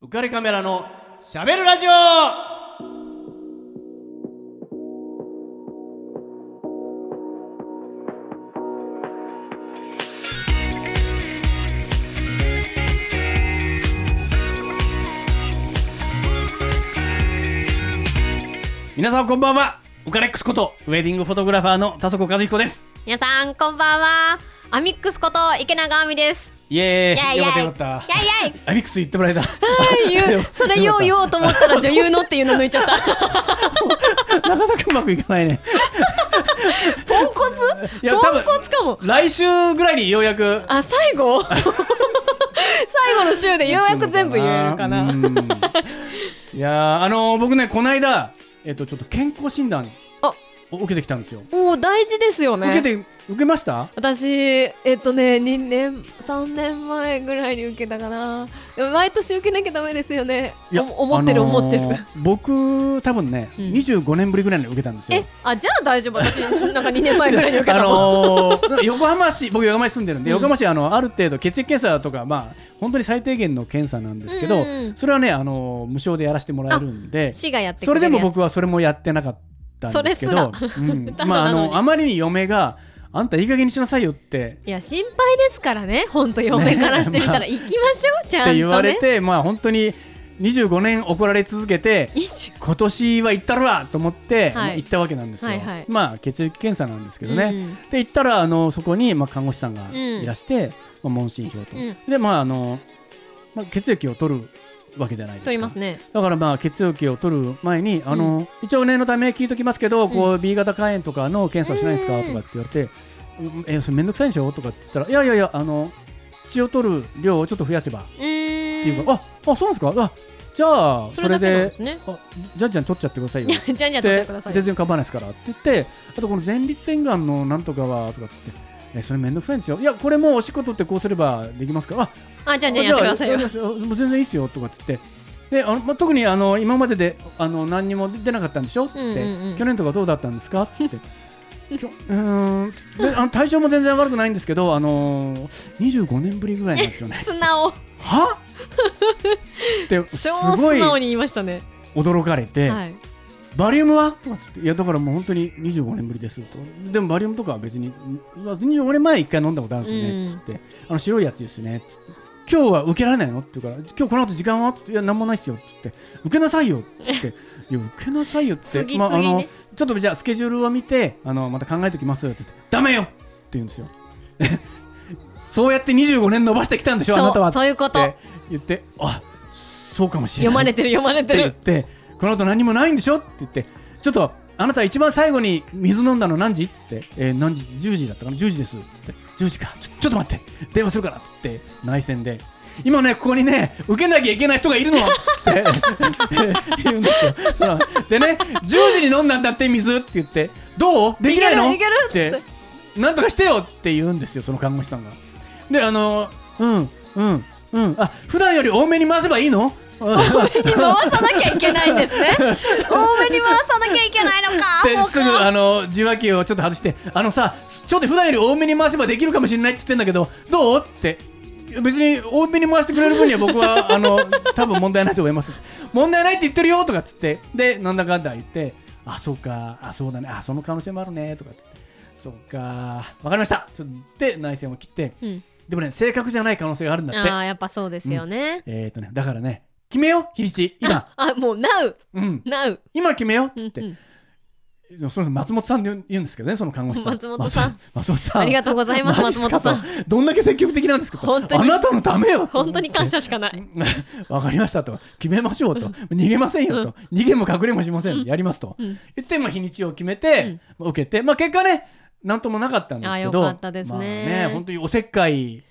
浮かれカメラのしゃべるラジオ皆さんこんばんはウカレックスことウェディングフォトグラファーの田底和彦です皆さんこんばんはアミックスこと池永亜美ですイエやーイいよかやったいよかったやいやいアミックス言ってもらえた 言うそれ言おう言おうと思ったら女優のっていうの抜いちゃった なかなかうまくいかないねポンコツいやポ多分ンコツかも来週ぐらいにようやくあ最後最後の週でようやく全部言えるのかなうん いやーあのー僕ねこの間えっとちょっと健康診断あを受けてきたんですよ、おー大事ですよね受けて受けました私えっとね2年3年前ぐらいに受けたかなでも毎年受けなきゃダメですよねいやお思ってるあのー思ってる、僕多分ね、うん25年ぶりぐらいに受けたんですよえあじゃあ大丈夫私なんか2年前ぐらいに受けあたもん、 のー横浜市僕横浜市住んでるんで、うん横浜市あのある程度血液検査とかまあ本当に最低限の検査なんですけど、うんそれはねあのー無償でやらせてもらえるんで市がやってくそれれるでやつも僕はそれもやってなかったんですけど、それうん ただなのにまああのあまりに嫁があんたいい加減にしなさいよって。いや心配ですからね本当嫁からしてみたら、ね行きましょうちっゃんとてね言われて、まあ本当に25年怒られ続けて20今年は行ったるわと思って、いまあ行ったわけなんですよ、はいはいまあ血液検査なんですけどね、うんで行ったらあのそこに、まあ、看護師さんがんいらして、まあ、問診票と、うんでまああの、まあ、血液を取るわけじゃないですかと言いますねだからまあ血液を取る前にあの、一応念のため聞いときますけど、こう B 型肝炎とかの検査しないんですか、うんとかって言われてうんえそれめんどくさいんでしょとかって言ったらいやいやいやあの血を取る量をちょっと増やせばうーんっていうか、ああそうなんですかあじゃあそそれれだけなんでですねあじゃんじゃん取っちゃってください よじゃんじゃん取ってでください全然構わないですからって言ってあとこの前立腺がんのなんとかはとかっつってえそれめんどくさいんですよいやこれもうおしっこ取ってこうすればできますからああじゃんじゃんやってくださいよじゃああもう全然いいっすよとかっつってであのまあ、特にあの今までであの何にも出なかったんでしょっつって、うんうんうん去年とかどうだったんですかってきょうーんであの体調も全然悪くないんですけど、あのー、25年ぶりぐらいなんです よね。素直はってす超ご素い直に言いましたね驚かれて、はいバリウムはとかって言っていやだからもう本当に25年ぶりですとでもバリウムとかは別にまあ25年前一回飲んだことあるんですよね、うんつってあの白いやつですねつって今日は受けられないのって言うから今日この後時間はって言っていや何もないっすよって言って受けなさいよって言って いや受けなさいよって次まあ、あ次のねちょっとじゃあスケジュールを見てあのまた考えておきますって言ってダメよって言うんですよ そうやって25年伸ばしてきたんでしょあなたそはうそういうこっとて言ってあそうかもしれ読なまいれっててる読まれて言っるてこの後何もないんでしょって言ってちょっとあなた一番最後に水飲んだの何時って言って、えー何時10時だったかな10時ですって言って10時かちょちょっと待って電話するからって言って内戦で今ねここにね受けなきゃいけない人がいるのって 言うんですよそのでね10時に飲んだんだって水って言ってどうできないのいけるいけるってなんとかしてよって言うんですよその看護師さんがであのうんうんうんあ普段より多めに回せばいいの回さなきゃいけないんです ね多めに回さなきゃいけないのかでそうすぐかあの受話器をちょっと外して「あのさちょっと普段より多めに回せばできるかもしれない」って言ってんだけど「どう?」っつっていや「別に多めに回してくれる分には僕 はあの多分問題ないと思います」問題ないって言ってるよ」とかっつってでなんだかんだ言って「あそうかあそうだねあその可能性もあるね」とかっつって「そっかわかりました」つって内戦を切ってうんでもね正確じゃない可能性があるんだってああやっぱそうですよねえっ、ー、とねだからね決めよう日にち今あもう NOW うんなう今決めようっうつっんてう。んでもその松本さんって言うんですけどね、その看護師さん。松本さん松 本さん。ありがとうございますマジ松っか本さんと。どんだけ積極的なんですかと。本当にあなたのためよ。本当に感謝しかない。 わかりましたと。決めましょうと。逃げませんよと。逃げも隠れもしません。やりますと。うん言って、まあ、日にちを決めて、まあ受けて、まあ、結果ね、なんともなかったんですけど。あよかったですねまあね、本当におせっかい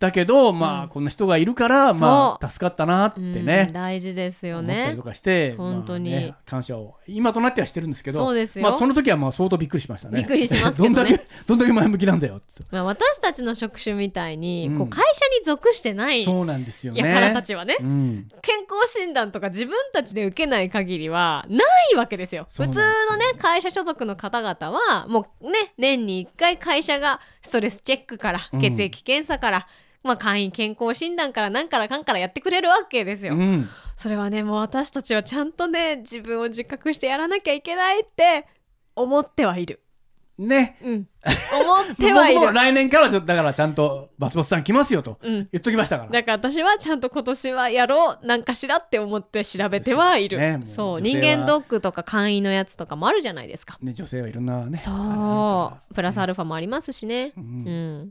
だけど、まうあ、んこんな人がいるから、まあ、助かったなってうんね。大事ですよ思ったりねと。かして、本当にまあね感謝を今となってはしてるんですけどそうですよまあ、その時はまあ相当びっくりしましたねびっくりしますけどねどんだけ どんだけ前向きなんだよってまあ私たちの職種みたいに、うんこう会社に属してないそうなんですよね輩たちはね、うん、健康診断とか自分たちで受けない限りはないわけですよ。そうなん普通ですよのね会社所属の方々はもうね年に1回会社がストレスチェックからうん血液検査から、まあ、会員健康診断から何からかんからやってくれるわけですよ、うん、それはねもう私たちはちゃんとね自分を自覚してやらなきゃいけないって思ってはいるねうん思って僕はいもる、来年からちょっとだからちゃんと松本さん来ますよとうん、言っときましたからだから私はちゃんと今年はやろうなんかしらって思って調べてはいる、ですよねもうそう女性人は間ドックとか簡易のやつとかもあるじゃないですかね、女性はいろんなねあれがあるかそらうプラスアルファもありますしねううん、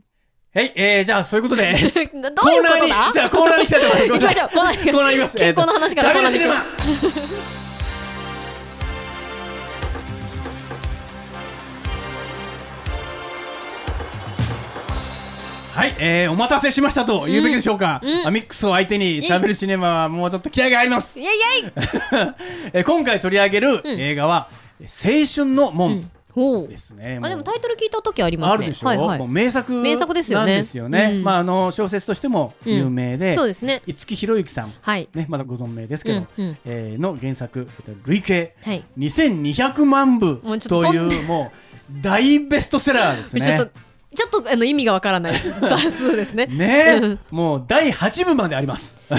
ん はい、えー、じゃあそういうことでどういうことコーナーだにじゃあコーナーに行きたいと思い行ますきましょうコーナーにコーナー行きます健康の話からえーとコーナーしゃべるシにネ行きマまはい、えー、お待たせしましたと言うべきでしょうか、うんうんアミックスを相手にしゃべるシネマはもうちょっと気合が入りますイエイイエイえー今回取り上げる映画は「青春のう門んほ」うですね、もうあでもタイトル聞いた時ありますねあるでしょ、はいはもうい名作名作ですよねなんですよね、うんまあ、あの小説としても有名で、そうですね五木ひろゆきさん、はいね、まだご存命ですけど、うんうんえーの原作えっと累計はい2200万部もうちょっととい飛んうもう大ベストセラーです ちょっとね。ちょっとあの意味がわからない 雑数ですねねうんもう第8部まであります。や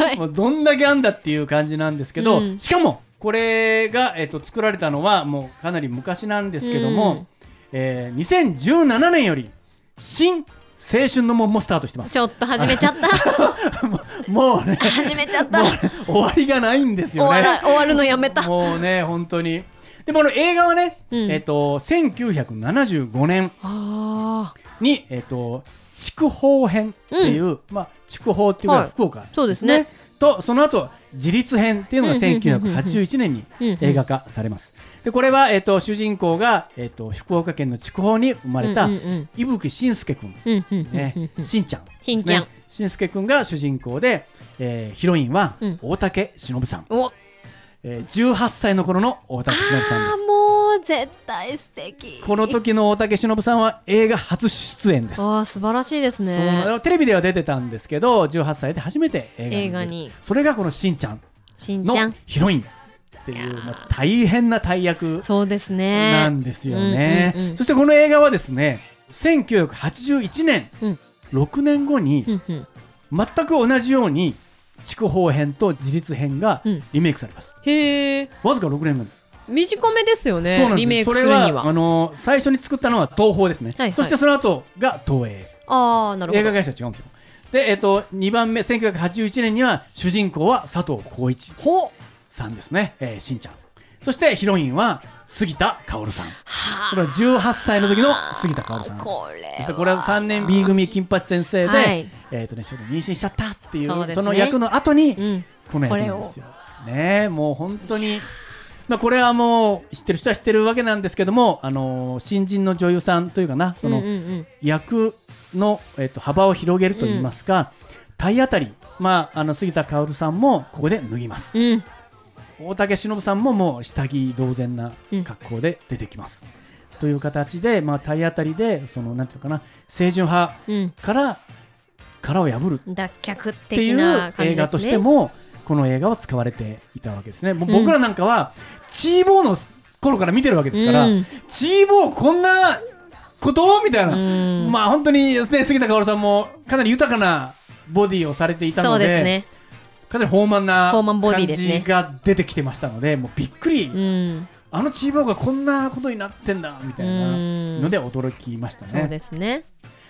ば いもうどんだけあんだっていう感じなんですけど、うんしかもこれが、えっと作られたのはもうかなり昔なんですけども、うんえー2017年より新青春の門もスタートしてます。 ちょっと始めちゃった もうね、始めちゃ ったもうね終わりがないんです終よわねら。終わるのやめたもうね、本当に。でもあの映画はね、うんえっと、1975年あーに、えっと、筑豊編っていう、まあ、筑豊っていうのは福岡、そうですね。と、その後、自立編っていうのがうんうんうんうん1981年にうんうん映画化されます。で、これは、えっと、主人公が、えっと、福岡県の筑豊に生まれたうん、うん伊吹慎介君。うんうんうんうんうんねう、んしんちゃんですね。しんちゃんしんすけくんが主人公で、えーヒロインはうん大竹しのぶさん。おえー、18歳の頃の大竹しのぶさんあでーもう絶対素敵す。この時の大竹しのぶさんは映画初出演です。ああ素晴らしいですそうなねのテレビでは出てたんですけど、18歳で初めて映画に出る映画にそれがこのしんちゃんしんちゃのんヒロインっていいやう、ーもう大変な大役そうですねなんですよねうんうんうん。そしてこの映画はですね、1981年、うん6年後に、うんうん全く同じように筑豊編と自立編がうんリメイクされます、へえわずか6年後短めですよそうねなんですリメイクするそにれははあのー最初に作ったのは東宝ですね、はいはいそしてその後が東映ああなるほ映ど画会社は違うんですよで、えっと2番目1981年には主人公は佐藤浩市さんですね、えーしんちゃんそしてヒロインは杉田薫さんはこれは18歳の時の杉田薫さんこれそしてこれは3年 B 組金八先生で、はいえっとね、ちょっと妊娠しちゃったっていうそうですねその役の後に、うんこの役なんですよ。ねえもう本当に、まあ、これはもう知ってる人は知ってるわけなんですけども、あのー新人の女優さんというかなそのうんうん役の、えっと幅を広げると言いますか、体当たり、まあ、あの杉田薫さんもここで脱ぎます、うんうん大竹しのぶさんももう下着同然な格好で出てきます。という形で、まあ、体当たりでそのなんていうのかな清純派うんから殻を破る脱却ってい的うな感映じですね画としても、この映画は使われていたわけですね。もううん僕らなんかは、チーボーの頃から見てるわけですから、うんチーボーこんなことみたいな、うんまあ本当にですね杉田薫さんもかなり豊かなボディをされていたそのうでですねかなり豊満な豊満ボディ感ですねじが出てきてましたのでもうびっくり、うんあのチーボーがこんなことになってんだみたいなので驚きましたね。そうですね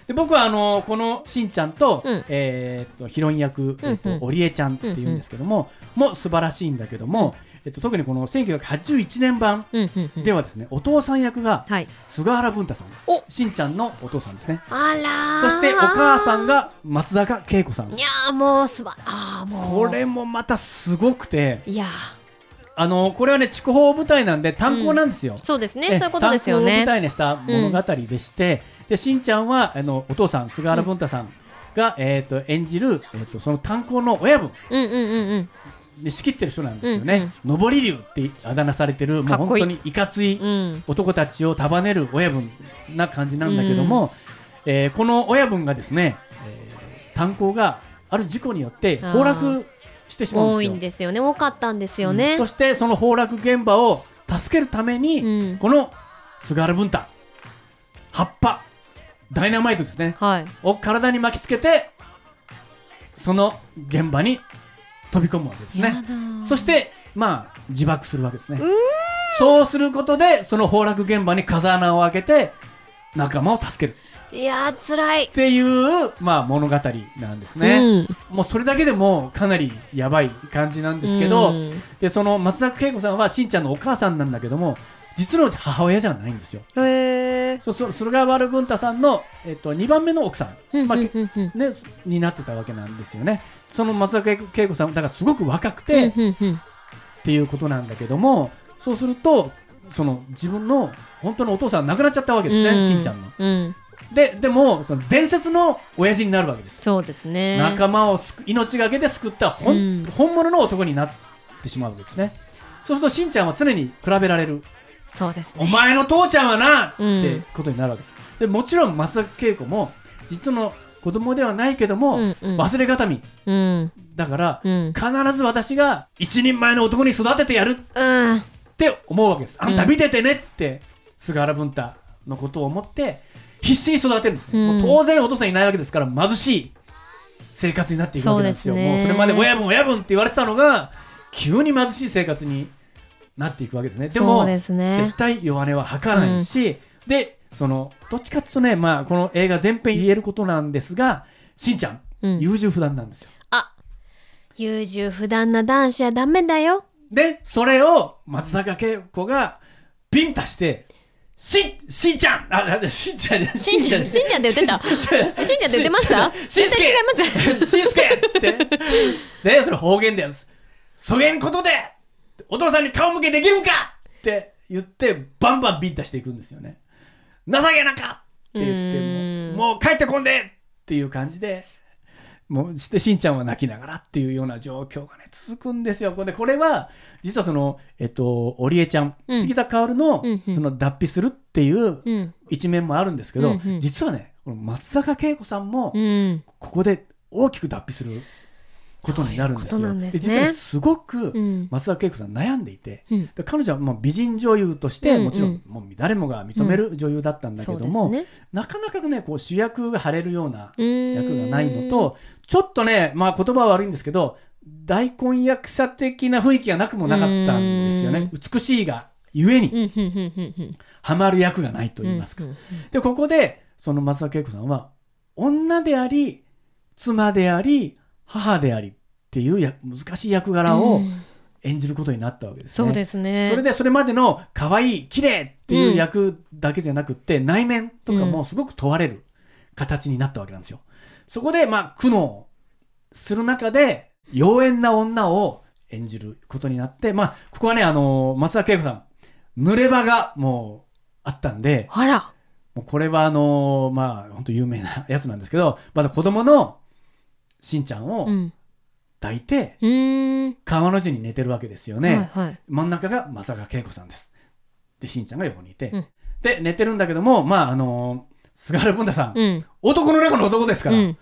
で僕はあのこのしんちゃんと,、うんえーっとヒロイン役、えーっとうんうん織江ちゃんっていうんですけども、も素晴らしいんだけども、えっと、特にこの1981年版うんうんうんではですね、お父さん役がはい菅原文太さんおしんちゃんのお父さんですねあらそーしてお母さんが松坂慶子さんいやーもうすばあーもこうれもまたすごくていやーあのこれはね筑豊舞台なんで炭鉱なんですよ、そうですえねそういうことですよ炭鉱を舞ね台にした物語でして、でしんちゃんはあのお父さん菅原文太さんが、えー、と演じる、えー、とその炭鉱の親分うんうんうんうんで仕切ってる人なんですよね、上り竜ってあだ名されてるもうかっこ本いい当にいかついうん男たちを束ねる親分な感じなんだけども、えーこの親分がですね、えー炭鉱がある事故によって崩落してしまうん多ですいよ。んですよね多かったんですよね、うんそしてその崩落現場を助けるために、うんこの菅原文太葉っぱダイナマイトですねはいを体に巻きつけてその現場に飛び込むわけですやねだそしてまあ自爆するわけですねうーんそうすることでその崩落現場に風穴を開けて仲間を助けるいやー辛いっていう、まあ、物語なんですね、うんもうそれだけでもかなりやばい感じなんですけど、うんでその松坂慶子さんはしんちゃんのお母さんなんだけども実の母親じゃないんですよへえそそそれが悪文太さんの、えっと、2番目の奥さん、まあけね、すになってたわけなんですよねその松坂慶子さんだからすごく若くて、っていうことなんだけどもそうするとその自分の本当のお父さん亡くなっちゃったわけですね、しんちゃんののででもその伝説の親父になるわけですそうですね仲間を救命がけで救った本,、うん本物の男になってしまうわけですねそうするとしんちゃんは常に比べられる、そうですねお前の父ちゃんはな、うんってことになるわけですでもちろん松崎恵子も実の子供ではないけども、うんうん忘れがたみうんだから、うん必ず私が一人前の男に育ててやるうんって思うわけですあんたうん見ててねって、菅原文太のことを思って必死に育てるんですね、うもんう当然お父さんいないわけですから貧しい生活になっていくわけなんですよそうですねもうそれまで親分親分って言われてたのが急に貧しい生活になっていくわけですねでそもうですね絶対弱音は吐かないし、でそのどっちかっていうとね、まあ、この映画全編言えることなんですがしんちゃんうん優柔不断なんですよ、あ優柔不断な男子はダメだよでそれを松坂慶子がビンタしてしんしんちゃんああしんちゃんじゃないしんちゃんしんちゃんって言ってたしんちゃんって言ってましたしん絶すけ対違 いますしんすけってでそれ方言ですそげんことでお父さんに顔向けできるんかって言ってバンバンビンタしていくんですよね情けなかって言ってうもーんうもう帰ってこんでっていう感じでもうしてしんちゃんは泣きながらっていうような状況がね続くんですよこれでこれは実はそのえっと織江ちゃん、うん杉田薫の,、うんうんその脱皮するっていううん一面もあるんですけど、うんうん実はねこの松坂慶子さんも、うんここで大きく脱皮することになるんですよ。そういうことなんですね実はすごくうん松田恵子さん悩んでいて、うんで彼女はもう美人女優として、うんうんもちろんもう誰もが認める女優だったんだけそうどですも、ねなかなかねこう主役が張れるような役役がないのとちょっとね、まあ、言葉は悪いんですけど大婚約者的な雰囲気がなくもなかったんですよね。美しいがゆえにうんうんうんうんうんハマる役がないと言いますか。うんでここでその松田恵子さんは女であり妻であり母でありっていうや難しい役柄うをん演じることになったわけですね。そうですねそれでそれまでの可愛い綺麗っていう役だけじゃなくって、内面とかもすごく問われる形になったわけなんですよ。そこでまあ苦悩する中で妖艶な女を演じることになってまあここはねあの松田恵子さん濡れ場がもうあったんで、あらもうこれはあのーまあ本当有名なやつなんですけどまだ子供のしんちゃんをうん抱いてうーん川の字に寝てるわけですよはね、いはい真ん中が松坂慶子さんですでしんちゃんが横にいて、うんで寝てるんだけどもまああのー菅原文太さん、うん男の中の男ですから、うん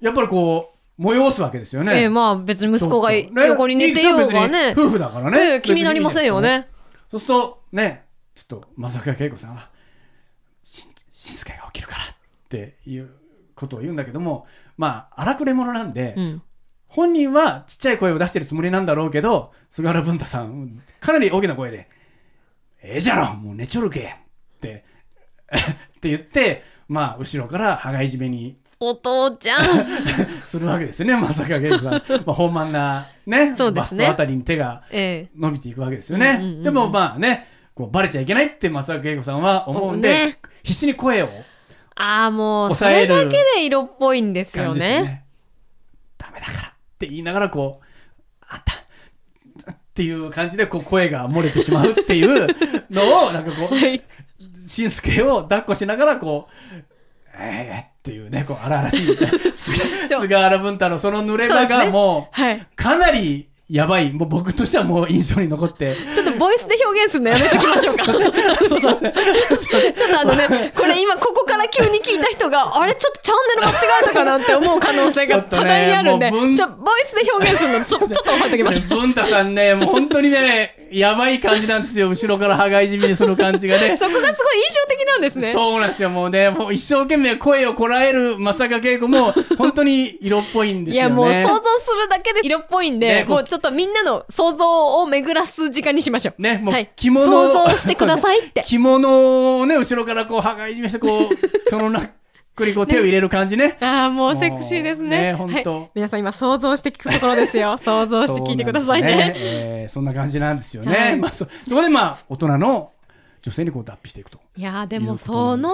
やっぱりこう催すわけですよね、ええまあ別に息子がちょっとね横に寝てようがいいでねすよ別に夫婦だからね、ええ気になりませんよねそうするとね、ちょっと松坂慶子さんは、しん静かが起きるからっていうことを言うんだけども、まあ、荒くれ者なんで、うん本人はちっちゃい声を出してるつもりなんだろうけど、菅原文太さん、かなり大きな声で、ええじゃろ、もう寝ちょるけって、 って言って、まあ、後ろから羽交い締めにお父ちゃ んするわけですよね、松坂慶子さん。まあ、豊満なね、そうでバすスねトあたりに手がええ伸びていくわけですよね。うんうんうんでもまあね、こうバレちゃいけないって松坂慶子さんは思うんで、ね必死に声をああもうそ抑えれるだけで色っぽいんです感よじですねねダメだからって言いながらこう、あったっていう感じでこう声が漏れてしまうっていうのを、なんかこう、はいしんすけを抱っこしながらこう、えーっていうね、こう荒々しい、 そう菅原文太のその濡れ場そうですがねも、はいうかなりやばい、もう僕としてはもう印象に残って、ちょっとボイスで表現するのやめときまし ょうかそうそうちょっとあのねこれ今ここから急に聞いた人があれちょっとチャンネル間違えたかなって思う可能性ちょがっとね互いにあるんでもう文ちょボイスで表現するのちょちょっと覚えときましょう文太さんね、もう本当にね、やばい感じなんですよ。後ろから羽がいじみにする感じがね。 そこがすごい印象的なんですねそうなんですよ。もうね、もう一生懸命声をこらえる松坂慶子も、本当に色っぽいんですいよやね。もう想像するだけで色っぽいんで、ねもうちょっとみんなの想像を巡らす時間にしましょう。ね、もうはい、着物を、想像してくださ いって。着物をね、後ろからこう、羽がいじめして、こ う、そのなっくりこう手を入れる感じね。ああもうセクシーですね。もうねほんとはい、皆さん今想像して聞くところです よ。想像して聞いてくださいそうなんね。ですえーそんな感じなんですよね。はいまあそ、そこでまあ、大人の女性にこう脱皮していくと。いやーでもその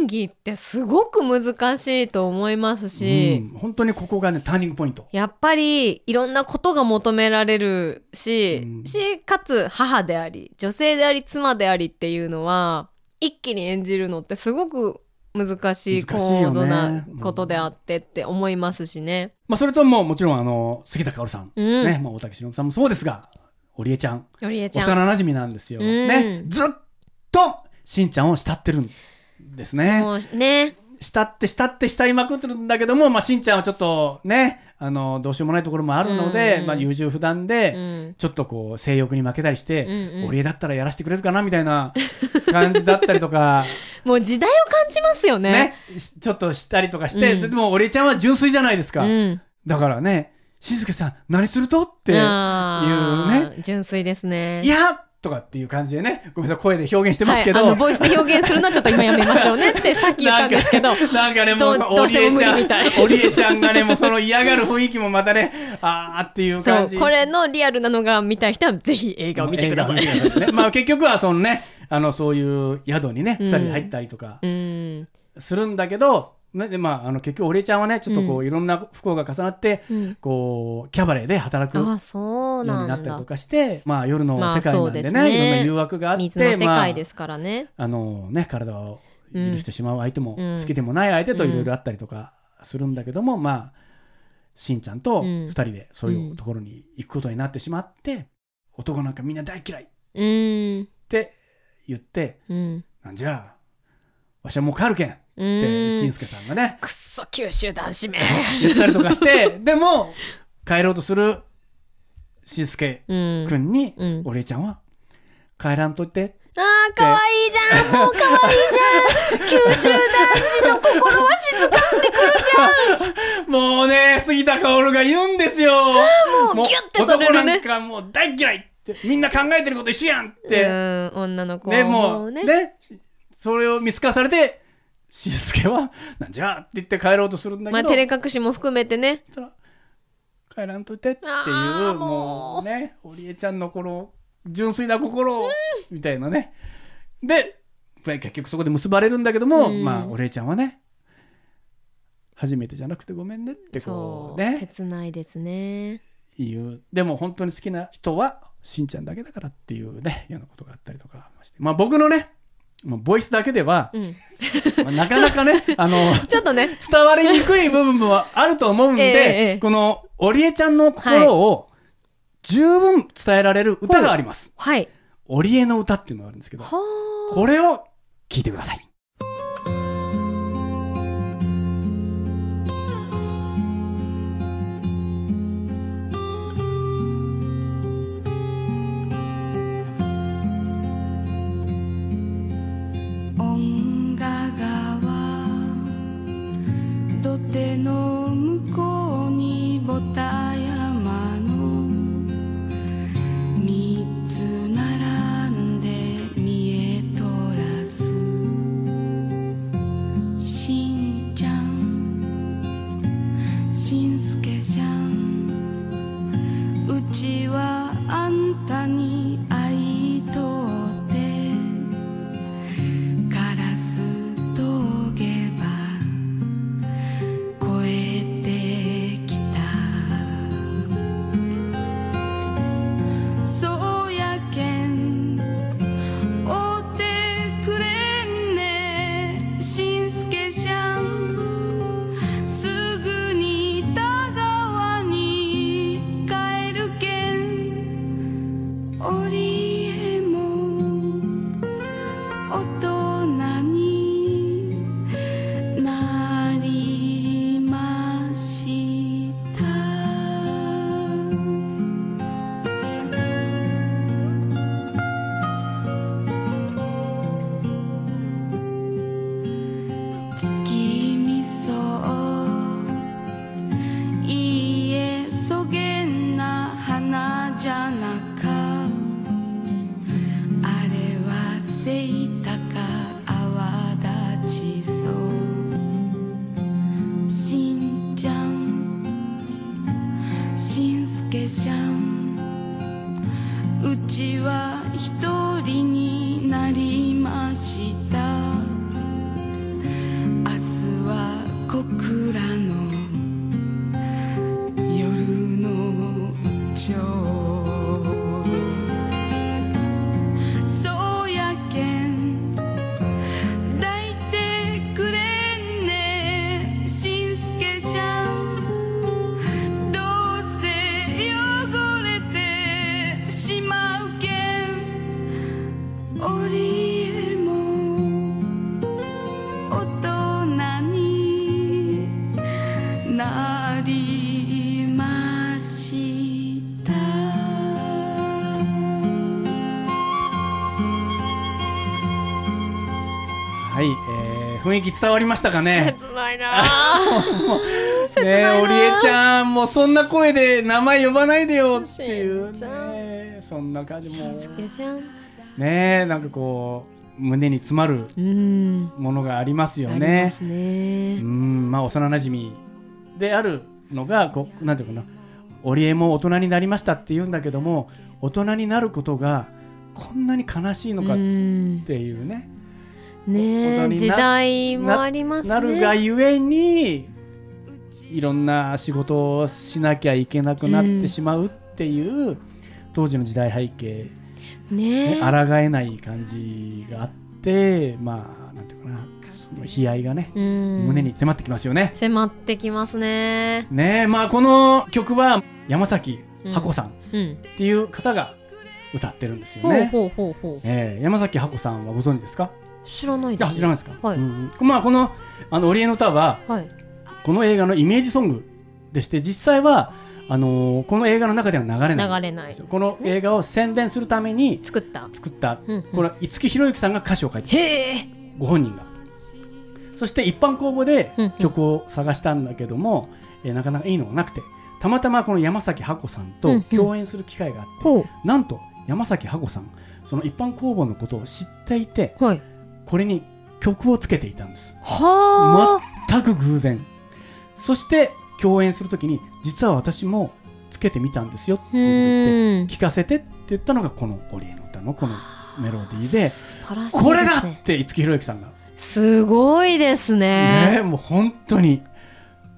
演技ってすごく難しいと思いますし。うん、本当にここがね、ターニングポイント。やっぱりいろんなことが求められるし、うんしかつ母であり女性であり妻でありっていうのは一気に演じるのってすごく難しい難高しいよね度なことであってって思いますしね。まあ、それともうもちろんあの杉田薫さん、うんねまあ、大竹しのぶさんもそうですが織江ちゃんよりえちゃん幼なじみなんですよ、うんね、ずっとしんちゃんを慕ってるんですねもうね慕って慕って慕いまくってるんだけども、まあ、しんちゃんはちょっとねあのどうしようもないところもあるので、うんまあ、優柔不断うで、んちょっとこう性欲に負けたりして、うんうん織江だったらやらせてくれるかなみたいな 感じだったりとかもう時代を感じますよ ね。ねしちょっとしたりとかして、うんででも織江ちゃんは純粋じゃないですか、うん、だからねしずけさん何するとってあいうー純粋ですね。いやとかっていう感じでね、ごめんなさい、声で表現してますけど、はい、あのボイスで表現するのはちょっと今やめましょうねってさっき言ったんですけど。なんかね、もどうどうしても無理みたいオリエちゃんがね、もうその嫌がる雰囲気もまたね、あーっていうそ感うじ。これのリアルなのが見たい人はぜひ映画を見てください。映画を見てくださいねまあ結局はそのね、あの、そういう宿にね、うん二人で入ったりとかうんするんだけど、ね、でまあ、あの結局、オリエちゃんはね、ちょっとこう、いろんな不幸が重なって、うんこう、キャバレーで働く。よあそううにななっんたりとだ。かして、まあ夜の世界なんでね、まあそうですねいろんな誘惑があって、水の世まあ界ですからね。あのね、体を許してしまう相手も、うん好きでもない相手といろいろあったりとかするんだけども、まあしんちゃんとうん2人でそういうところに行くことになってしまって、男なんかみんな大嫌いっうんて言ってうんなんじゃわしはもう帰るけんっうてしんん。すけさんがねくっそ九州男子め。言ったりとかして でも帰ろうとするしんすけうん。くんに、うんお礼ちゃんは帰らんといてあー可愛いじゃんもう可愛いじゃん九州男児の心は静かもうね、杉田薫が言うんですよ。もうギュッてされるね男なんかもう大嫌いって、みんな考えてること一緒やんっうて。ん女の子で、はももう、うねね。それを見透かされて、しずけは、なんじゃって言って帰ろうとするんだまけあど、照れ隠しも含めてね。そしたら、帰らんといてっていあう、もーうもうね、織江ちゃんの頃、純粋な心を、みたいなね。で、まあ結局そこで結ばれるんだけども、うんまあ、織江ちゃんはね、初めてじゃなくてごめんねってこそうね。う切ないですね。言うでも本当に好きな人はしんちゃんだけだからっていうねようなことがあったりとかしてまあ僕のねまあボイスだけで は、うん。まあなかなかねあのちょっとね伝わりにくい部分もあると思うんで、ええええこの織江ちゃんの心を十分伝えられる歌がありますはい。織江の歌っていうのがあるんですけどはあ。これを聞いてください音楽は土手の向こうにぼた山の三つ並んで見えとらすしんちゃんしんすけちゃんうちはあんたに愛とって「カラス峠は越えてきた」「そうやけん追ってくれんねしんすけちゃん」「すぐに田川に帰るけん」「おりえけじゃんうちは一人になりました明日は小倉の夜の蝶そうやけん抱いてくれんねしんすけちゃんどうせ汚れてしまうけんオリエも大人になりましたはい、えー、雰囲気伝わりましたかね。切ないなあ 切ないねなあえ、オリエちゃん、もうそんな声で名前呼ばないでよっていうしんちゃね。そんな感じもう。しんすけちゃんねえ、なんかこう、胸に詰まるうんものがありますよありまね。すねうん、まあ、幼馴染であるのが、こう、なんていうかな。オリエも大人になりましたって言うんだけども、大人になることが。こんなに悲しいのかっうんていうね。ね大人えにな時代もありますねなるがゆえにいろんな仕事をしなきゃいけなくなってしまうっていう、当時の時代背景ねねえ抗えない感じがあってまあなんていうかなその悲哀がね、うん胸に迫ってきますよね。迫ってきますねねえまあこの曲は山崎箱さんっうんていう方が歌ってるんですよほうね。ほうほうほええ山崎箱さんはご存知ですかう知らないであすいらないですか、はいうんうんまあこの「あのオリエの歌」ははいこの映画のイメージソングでして実際はあのーこの映画の中では流れない流れないこの映画を宣伝するために作った作った、うんうんこれは五木ひろゆきさんが歌詞を書いてへえご本人がそして一般公募でうんうん曲を探したんだけども、えーなかなかいいのがなくてたまたまこの山崎箱さんうんとうん共演する機会があって、ほなんと山崎箱さんその一般公募のことを知っていてうはいこれに曲をつけていたんですはあ全く偶然そして共演するときに実は私もつけてみたんですよってう言ってん聞かせてって言ったのがこの「オリエの歌」のこのメロディーで素晴らしいですねこれだって五木ひろゆきさんが、すごいですねねもう本当に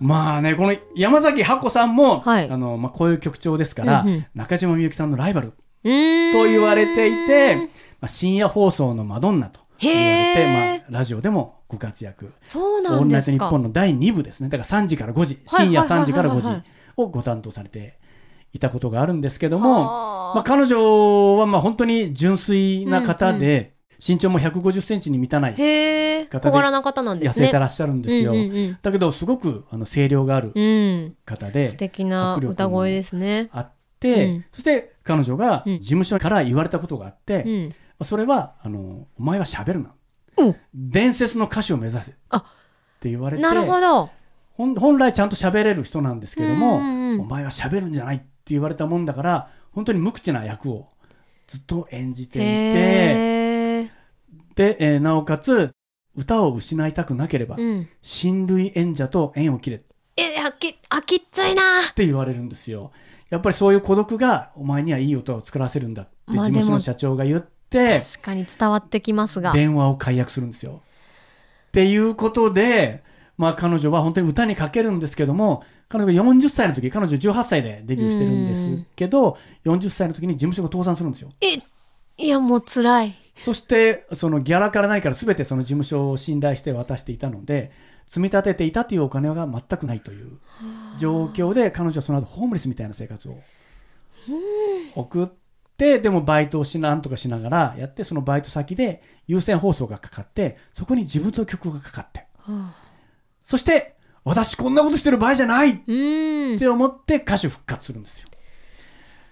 まあねこの山崎ハコさんも、はいあのまあ、こういう曲調ですから、うんうん中島みゆきさんのライバルとうーん言われていて、まあ、深夜放送のマドンナと言わへれえて、まあ、ラジオでもご活躍そオうーなルんナイでトすニかッポンの第2部ですね。だから3時から5時、はい深夜はいはいは3い時から5はい時をご担当されていたことがあるんですけども、はあまあ、彼女はまあ本当に純粋な方で、身長も150センチに満たないへえ方で小柄な方なんで痩すせねてらっしゃるんですようん。うんだけど、すごくあの声量があるうんうん方素で敵な迫力も歌声ですねあっうてん、そして彼女がうん事務所から言われたことがあっうて、んそれは、あの、お前は喋るなうん。伝説の歌手を目指せ。っあて言われて、なるほど本本来ちゃんと喋れる人なんですけども、うんうんうんお前は喋るんじゃないって言われたもんだから本当に無口な役をずっと演じていてへえで、えーなおかつ歌を失いたくなければ、うん親類演者と縁を切れっえあきあきっついなて言われるんですよやっぱりそういう孤独がお前にはいい歌を作らせるんだって事まあ務所でのも社長が言って確かに伝わってきますが電話を解約するんですよ。っていうことで、まあ、彼女は本当に歌にかけるんですけども彼女が40歳の時彼女18歳でデビューしてるんですけど40歳の時に事務所が倒産するんですよ。えいやもう辛いそしてそのギャラからないから全てその事務所を信頼して渡していたので積み立てていたというお金が全くないという状況で彼女はその後ホームレスみたいな生活を送ってでもバイトをしなんとかしながらやってそのバイト先で有線放送がかかってそこに自分の曲がかかってはあそして私こんなことしてる場合じゃないっうんて思って歌手復活するんですよ。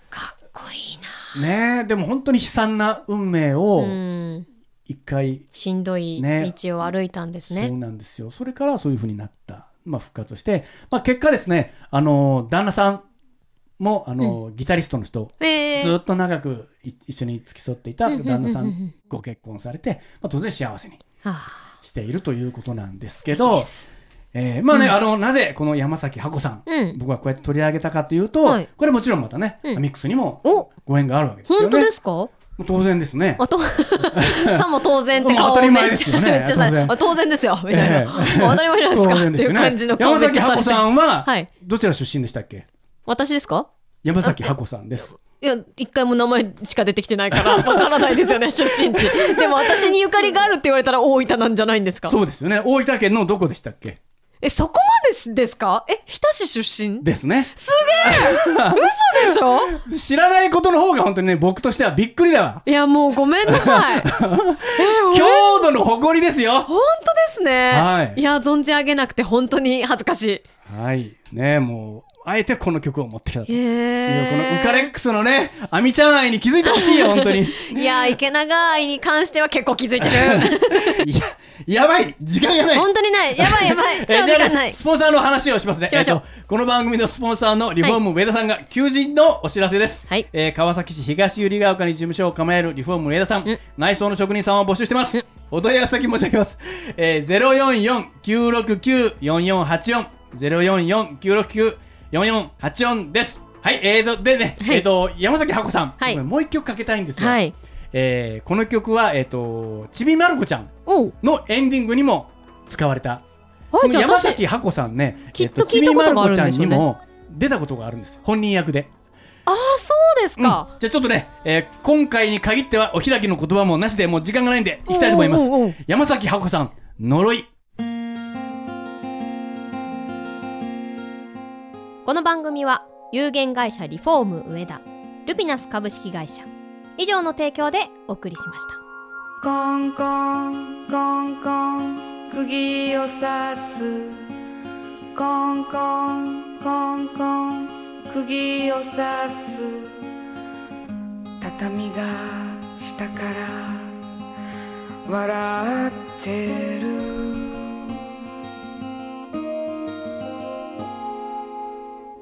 かっこいいなねえでも本当に悲惨な運命をうん一回しんどいね道を歩いたんですねそうなんですよ。それからそういうふうになった、まあ、復活して、まあ、結果ですね、あの旦那さんもあの、ギタリストの人、ええずっと長くい一緒に付き添っていたうんうんうんうん旦那さん、ご結婚されて、まあ、当然幸せにはあしているということなんです素敵けどで、すえーまあね、うんあのなぜこの山崎箱さん、うん僕がこうやって取り上げたかというと、はいこれもちろんまたね、うんミックスにもおご縁があるわけですよね。本当ですかもう当然ですね。あと さも当然ってまあ顔当たり前めっですちゃよねめっちゃさ当然あ当然ですよみたいな、ええあ当たり前じゃないですか当然っていう感じの顔山めっち崎ゃされ箱てさんは、はいどちら出身でしたっけ私ですか山崎箱さんです。いや一回も名前しか出てきてないからわからないですよね出 身地でも私にゆかりがあるって言われたら大分なんじゃないんですかそうですよね。大分県のどこでしたっけえそこまでですかえ日田市出身ですね。すげえ嘘でしょ知らないことの方が本当にね、僕としてはびっくりだわ。いやもうごめんなさ いえお郷土の誇りですよ。本当ですね、はいや存じ上げなくて本当に恥ずかしはい。ねもう、あえてこの曲を持ってきたいと。へいやこのえウカレックスのね、アミちゃん愛に気づいてほしいよ、本 当に。いや池永愛に関しては結構気 づいてるいや、やばい時間がない本当にないやばいやばい え超時じゃあ間ねないスポンサーの話をしますねしましょうえっとこの番組のスポンサーのリフォーム上田さんが求人のお知らせです、はいえー川崎市東百合ヶ丘に事務所を構えるリフォーム上田さんうん内装の職人さんを募集してますうんお問い合わせ先申し上げます、えー、044-969-4484 044-969-4484ですはいえーとでね、はいえーと山崎箱さん、はいもう一曲かけたいんですよ、はいえーこの曲はえっ、とちびまる子ちゃんおうのエンディングにも使われたあれじゃあ山私崎ハコさんね、きっと聞いたことがあるんでしょえうねっとちびまる子ちゃんにも出たことがあるんですよ。本人役で。ああそうですうんじかゃ、あちょっとね、えー今回に限ってはお開きの言葉もなしで、もう時間がないんで、いきたいと思いますおうおうおう。山崎ハコさん、呪い。この番組は有限会社リフォーム上田ルピナス株式会社以上の提供でお送りしましたコンコンコンコン釘を刺すコンコンコンコン釘を刺す畳が下から笑ってる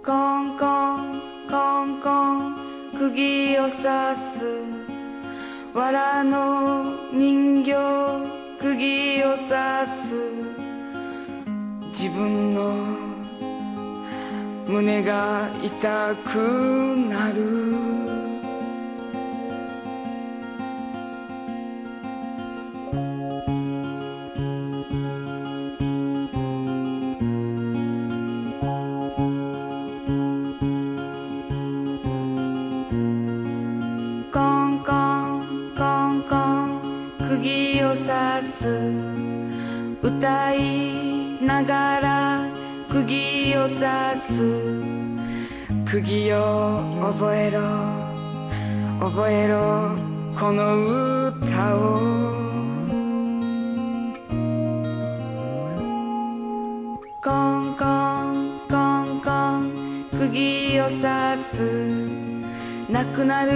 コンコンコンコン釘を刺す藁の人形釘を刺す自分の胸が痛くなるコンコンコンコン釘を刺す歌いながら釘を刺す釘を覚えろ覚えろこの歌をコンコンコンコン釘を刺すなくなる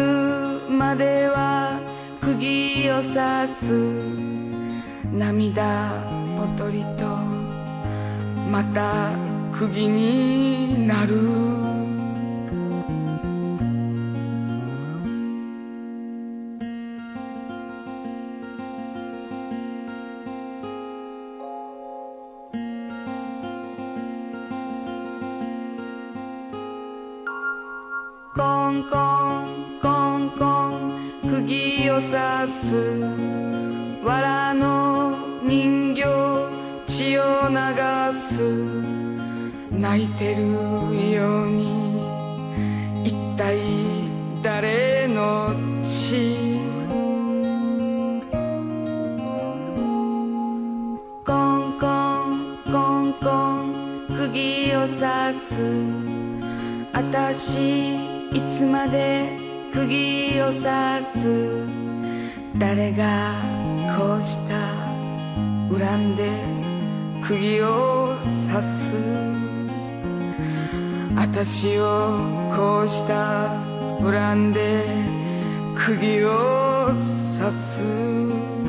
までは釘を刺す涙ぽとりとまた釘になるコンコンコンコン釘を刺す藁の人形血を流す泣いてるように一体誰の血コンコンコンコン釘を刺すあたしいつまで釘を刺す誰がこうした恨んで釘を刺すあたしをこうした恨んで釘を刺す